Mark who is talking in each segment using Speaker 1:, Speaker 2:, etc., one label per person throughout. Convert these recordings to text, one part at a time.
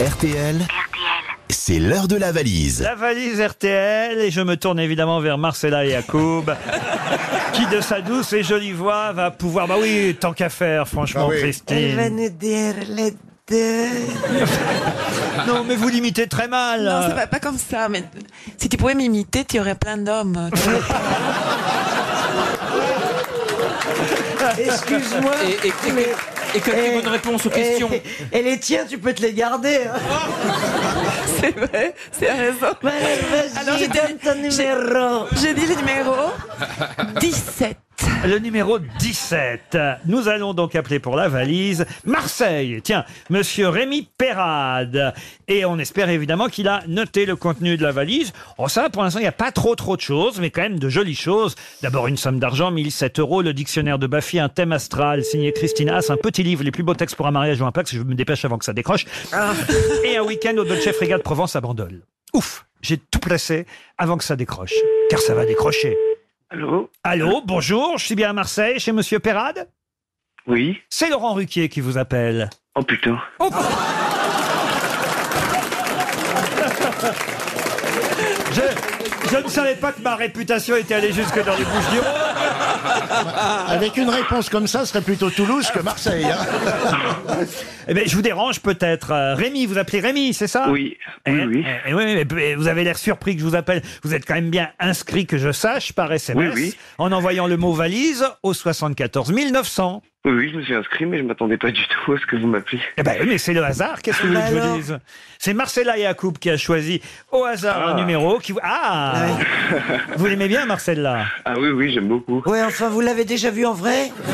Speaker 1: RTL, c'est l'heure de la valise.
Speaker 2: La valise RTL, et je me tourne évidemment vers Marcella Yacoub, qui de sa douce et jolie voix va pouvoir... Bah oui, tant qu'à faire, franchement,
Speaker 3: Bah oui.
Speaker 4: Elle va
Speaker 2: Christine.
Speaker 4: nous dire les deux.
Speaker 2: Non, mais vous l'imitez très mal.
Speaker 4: Non, ça va pas comme ça. Mais si tu pouvais m'imiter, tu aurais plein d'hommes.
Speaker 5: Excuse-moi.
Speaker 6: Et, et, et-
Speaker 5: mais-
Speaker 6: et que des
Speaker 5: eh,
Speaker 6: bonnes réponses aux questions.
Speaker 5: eh, Et les tiens, tu peux te les garder. hein.
Speaker 4: c'est vrai, c'est raison.
Speaker 5: Ouais, Vas-y,
Speaker 4: Alors, j'ai
Speaker 5: donne
Speaker 4: dit-
Speaker 5: ton
Speaker 4: j'ai-
Speaker 5: numéro.
Speaker 4: J'ai dit le numéro 17.
Speaker 2: Le numéro 17. Nous allons donc appeler pour la valise Marseille. Tiens, monsieur Rémi Perrade. Et on espère évidemment qu'il a noté le contenu de la valise. Oh, ça, pour l'instant, il n'y a pas trop trop de choses, mais quand même de jolies choses. D'abord, une somme d'argent, 1007 euros, le dictionnaire de Baffy, un thème astral, signé Christine Haas, un petit livre, les plus beaux textes pour un mariage ou un pacte, je me dépêche avant que ça décroche. Et un week-end au Dolce Frégate de Provence à Bandol. Ouf, j'ai tout placé avant que ça décroche. Car ça va décrocher.
Speaker 7: Allô
Speaker 2: Allô, bonjour, je suis bien à Marseille, chez Monsieur Perrade
Speaker 7: Oui
Speaker 2: C'est Laurent Ruquier qui vous appelle.
Speaker 7: Oh putain.
Speaker 2: Je, je ne savais pas que ma réputation était allée jusque dans les bouches du Rhône.
Speaker 3: Avec une réponse comme ça, ce serait plutôt Toulouse que Marseille. hein.
Speaker 2: Eh bien, je vous dérange peut-être. Euh, Rémi, vous appelez Rémi, c'est ça
Speaker 7: Oui,
Speaker 2: Eh,
Speaker 7: oui, oui.
Speaker 2: eh, eh, oui, mais, eh, vous avez l'air surpris que je vous appelle. Vous êtes quand même bien inscrit, que je sache, par SMS,
Speaker 7: Oui, oui.
Speaker 2: en envoyant le mot valise au 74 900.
Speaker 7: Oui, oui, je me suis inscrit, mais je m'attendais pas du tout à ce que vous m'appeliez.
Speaker 2: Eh ben, oui, mais c'est le hasard, qu'est-ce que vous voulez
Speaker 5: Ben
Speaker 2: que je vous dise C'est Marcella Yacoub qui a choisi au hasard un numéro. Qui... Ah Vous l'aimez bien, Marcella
Speaker 7: Ah oui, oui, j'aime beaucoup.
Speaker 5: Ouais, enfin, vous l'avez déjà vu en vrai
Speaker 7: Bah,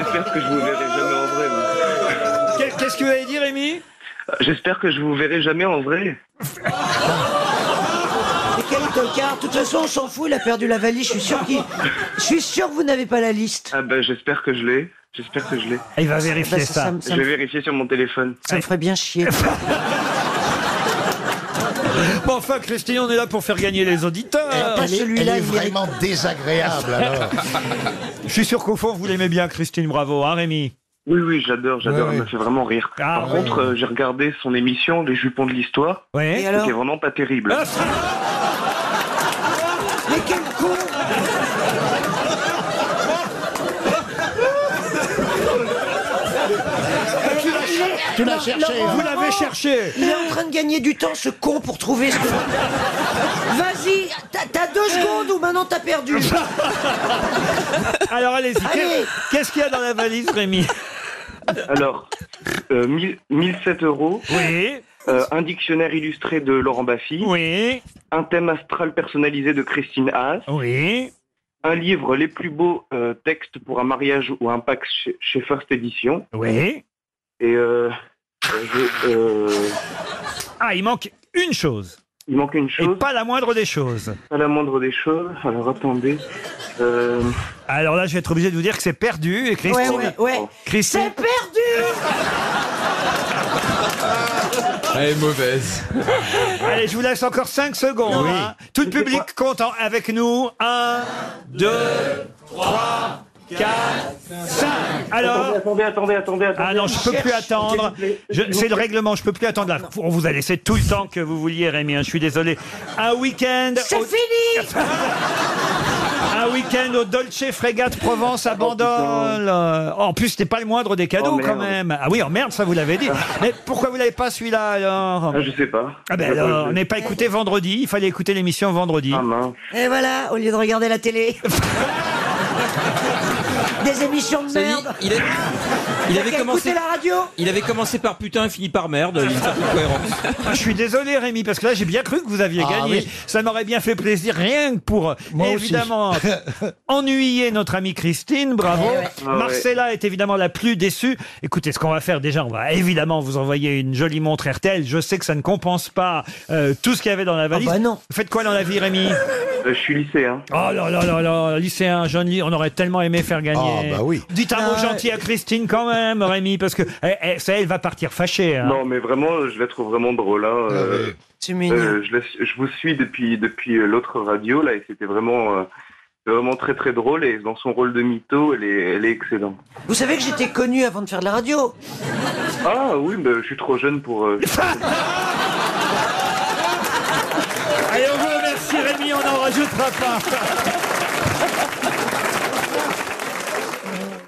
Speaker 7: J'espère que je vous verrai jamais en vrai. moi.
Speaker 2: Qu'est- Qu'est-ce que vous avez dit, Rémi
Speaker 7: J'espère que je vous verrai jamais en vrai.
Speaker 5: Et quel tocard De toute façon, on s'en fout, il a perdu la valise. Je suis sûr qu'il- Je suis sûr que vous n'avez pas la liste.
Speaker 7: Ah bah j'espère que je l'ai. J'espère que je l'ai.
Speaker 2: Il va
Speaker 5: Bah,
Speaker 2: vérifier
Speaker 5: ça, ça
Speaker 2: ça.
Speaker 5: me- ça
Speaker 7: Je
Speaker 5: me-
Speaker 7: vais vérifier sur mon téléphone.
Speaker 5: ça me ferait bien chier.
Speaker 2: Bon, enfin, Christine, on est là pour faire gagner les auditeurs.
Speaker 5: pas
Speaker 3: elle, est-
Speaker 5: celui-là,
Speaker 3: elle est
Speaker 5: il y a les-
Speaker 3: vraiment désagréable alors.
Speaker 2: Je suis sûr qu'au fond, vous l'aimez bien, Christine Bravo, hein, Rémi
Speaker 7: Oui, oui, j'adore, j'adore.
Speaker 3: Ouais,
Speaker 7: Elle
Speaker 3: ouais.
Speaker 7: me fait vraiment rire.
Speaker 2: Ah,
Speaker 7: Par
Speaker 2: ouais.
Speaker 7: contre, euh, j'ai regardé son émission, Les Jupons de l'Histoire.
Speaker 2: Oui.
Speaker 5: Et alors
Speaker 7: Qui est vraiment pas terrible.
Speaker 5: Mais quel con
Speaker 3: Tu l'as cherché.
Speaker 2: Vous
Speaker 3: hein.
Speaker 2: l'avez
Speaker 5: Oh
Speaker 2: cherché
Speaker 5: Il est en train de gagner du temps, ce con, pour trouver ce que... Vas-y, t'as- t'as deux secondes ou maintenant t'as perdu.
Speaker 7: Ah,
Speaker 2: Alors, allez-y.
Speaker 5: Allez.
Speaker 2: Qu'est-ce qu'il y a dans la valise, Rémi
Speaker 7: Alors, euh, 1000 1007 euros,
Speaker 2: Oui.
Speaker 7: euh, un dictionnaire illustré de Laurent Baffy,
Speaker 2: Oui.
Speaker 7: un thème astral personnalisé de Christine Haas,
Speaker 2: Oui.
Speaker 7: un livre Les plus beaux euh, textes pour un mariage ou un pack chez, chez First Edition.
Speaker 2: Oui.
Speaker 7: Et euh, euh, je- euh,
Speaker 2: Ah, il manque une chose.
Speaker 7: il manque une
Speaker 2: Et
Speaker 7: chose,
Speaker 2: pas la moindre des choses.
Speaker 7: pas la moindre des choses. Alors attendez. Euh,
Speaker 2: Alors là, je vais être obligé de vous dire que c'est perdu. Et
Speaker 5: Ouais,
Speaker 2: Christine,
Speaker 5: ouais, ouais. C'est
Speaker 2: Christine,
Speaker 5: perdu
Speaker 6: Elle est mauvaise.
Speaker 2: allez, je vous laisse encore 5 secondes. hein. Tout le public content avec nous. 1, 2, 3, 4, 5. Alors,
Speaker 7: attendez, attendez, attendez, attendez.
Speaker 2: Ah non, je peux plus attendre. Je- C'est le règlement, je peux plus attendre. Là, on vous a laissé tout le temps que vous vouliez, Rémi. hein, je suis désolé. Un week-end.
Speaker 5: C'est
Speaker 2: au-
Speaker 5: fini
Speaker 2: Un week-end au Dolce Frégate Provence à Bandol. Euh, En plus, c'était pas le moindre des
Speaker 7: Oh,
Speaker 2: cadeaux
Speaker 7: merde.
Speaker 2: quand même. Ah oui, en merde, ça vous l'avez dit. Mais pourquoi vous l'avez pas celui-là alors
Speaker 7: Ah, je sais pas.
Speaker 2: Ah ben
Speaker 7: Je-
Speaker 2: alors,
Speaker 7: je-
Speaker 2: on n'est pas écouté vendredi. Il fallait écouter l'émission vendredi.
Speaker 7: Ah mince.
Speaker 5: Et voilà, au lieu de regarder la télé. Des émissions de
Speaker 6: Il,
Speaker 5: merde.
Speaker 6: il, a-
Speaker 5: T'as
Speaker 6: il avait
Speaker 5: qu'à écouter
Speaker 6: commencé.
Speaker 5: la radio
Speaker 6: Il avait commencé par putain et fini par merde. Il y a une certaine cohérence.
Speaker 2: Ah, je suis désolé Rémi parce que là j'ai bien cru que vous aviez
Speaker 3: Ah,
Speaker 2: gagné.
Speaker 3: oui.
Speaker 2: Ça m'aurait bien fait plaisir rien que pour
Speaker 3: Moi aussi.
Speaker 2: évidemment ennuyer notre amie Christine. Bravo.
Speaker 7: Ah, ouais.
Speaker 2: Marcella est évidemment la plus déçue. Écoutez ce qu'on va faire déjà, on va évidemment vous envoyer une jolie montre RTL. Je sais que ça ne compense pas euh, tout ce qu'il y avait dans
Speaker 3: Ah,
Speaker 2: la valise.
Speaker 5: bah non.
Speaker 2: Vous faites quoi dans la vie Rémi
Speaker 7: Euh, je suis lycéen.
Speaker 2: Oh là là là là, lycéen, jeune ly- on aurait tellement aimé faire gagner.
Speaker 3: Ah, bah oui.
Speaker 2: Dites un mot
Speaker 5: Non,
Speaker 2: gentil à Christine quand même Rémi parce que eh, eh, ça elle va partir fâchée. hein.
Speaker 7: Non, mais vraiment, je la trouve vraiment drôle. Hein. Euh,
Speaker 5: C'est mignon.
Speaker 7: Euh, je, la- je vous suis depuis depuis euh, l'autre radio là et c'était vraiment euh, C'est vraiment très très drôle et dans son rôle de mytho, elle est, elle est excellente.
Speaker 5: Vous savez que j'étais connue avant de faire de la radio.
Speaker 7: Ah oui, mais je suis trop jeune pour... euh,
Speaker 2: Allez, on vous remercie Rémi, on n'en rajoutera pas.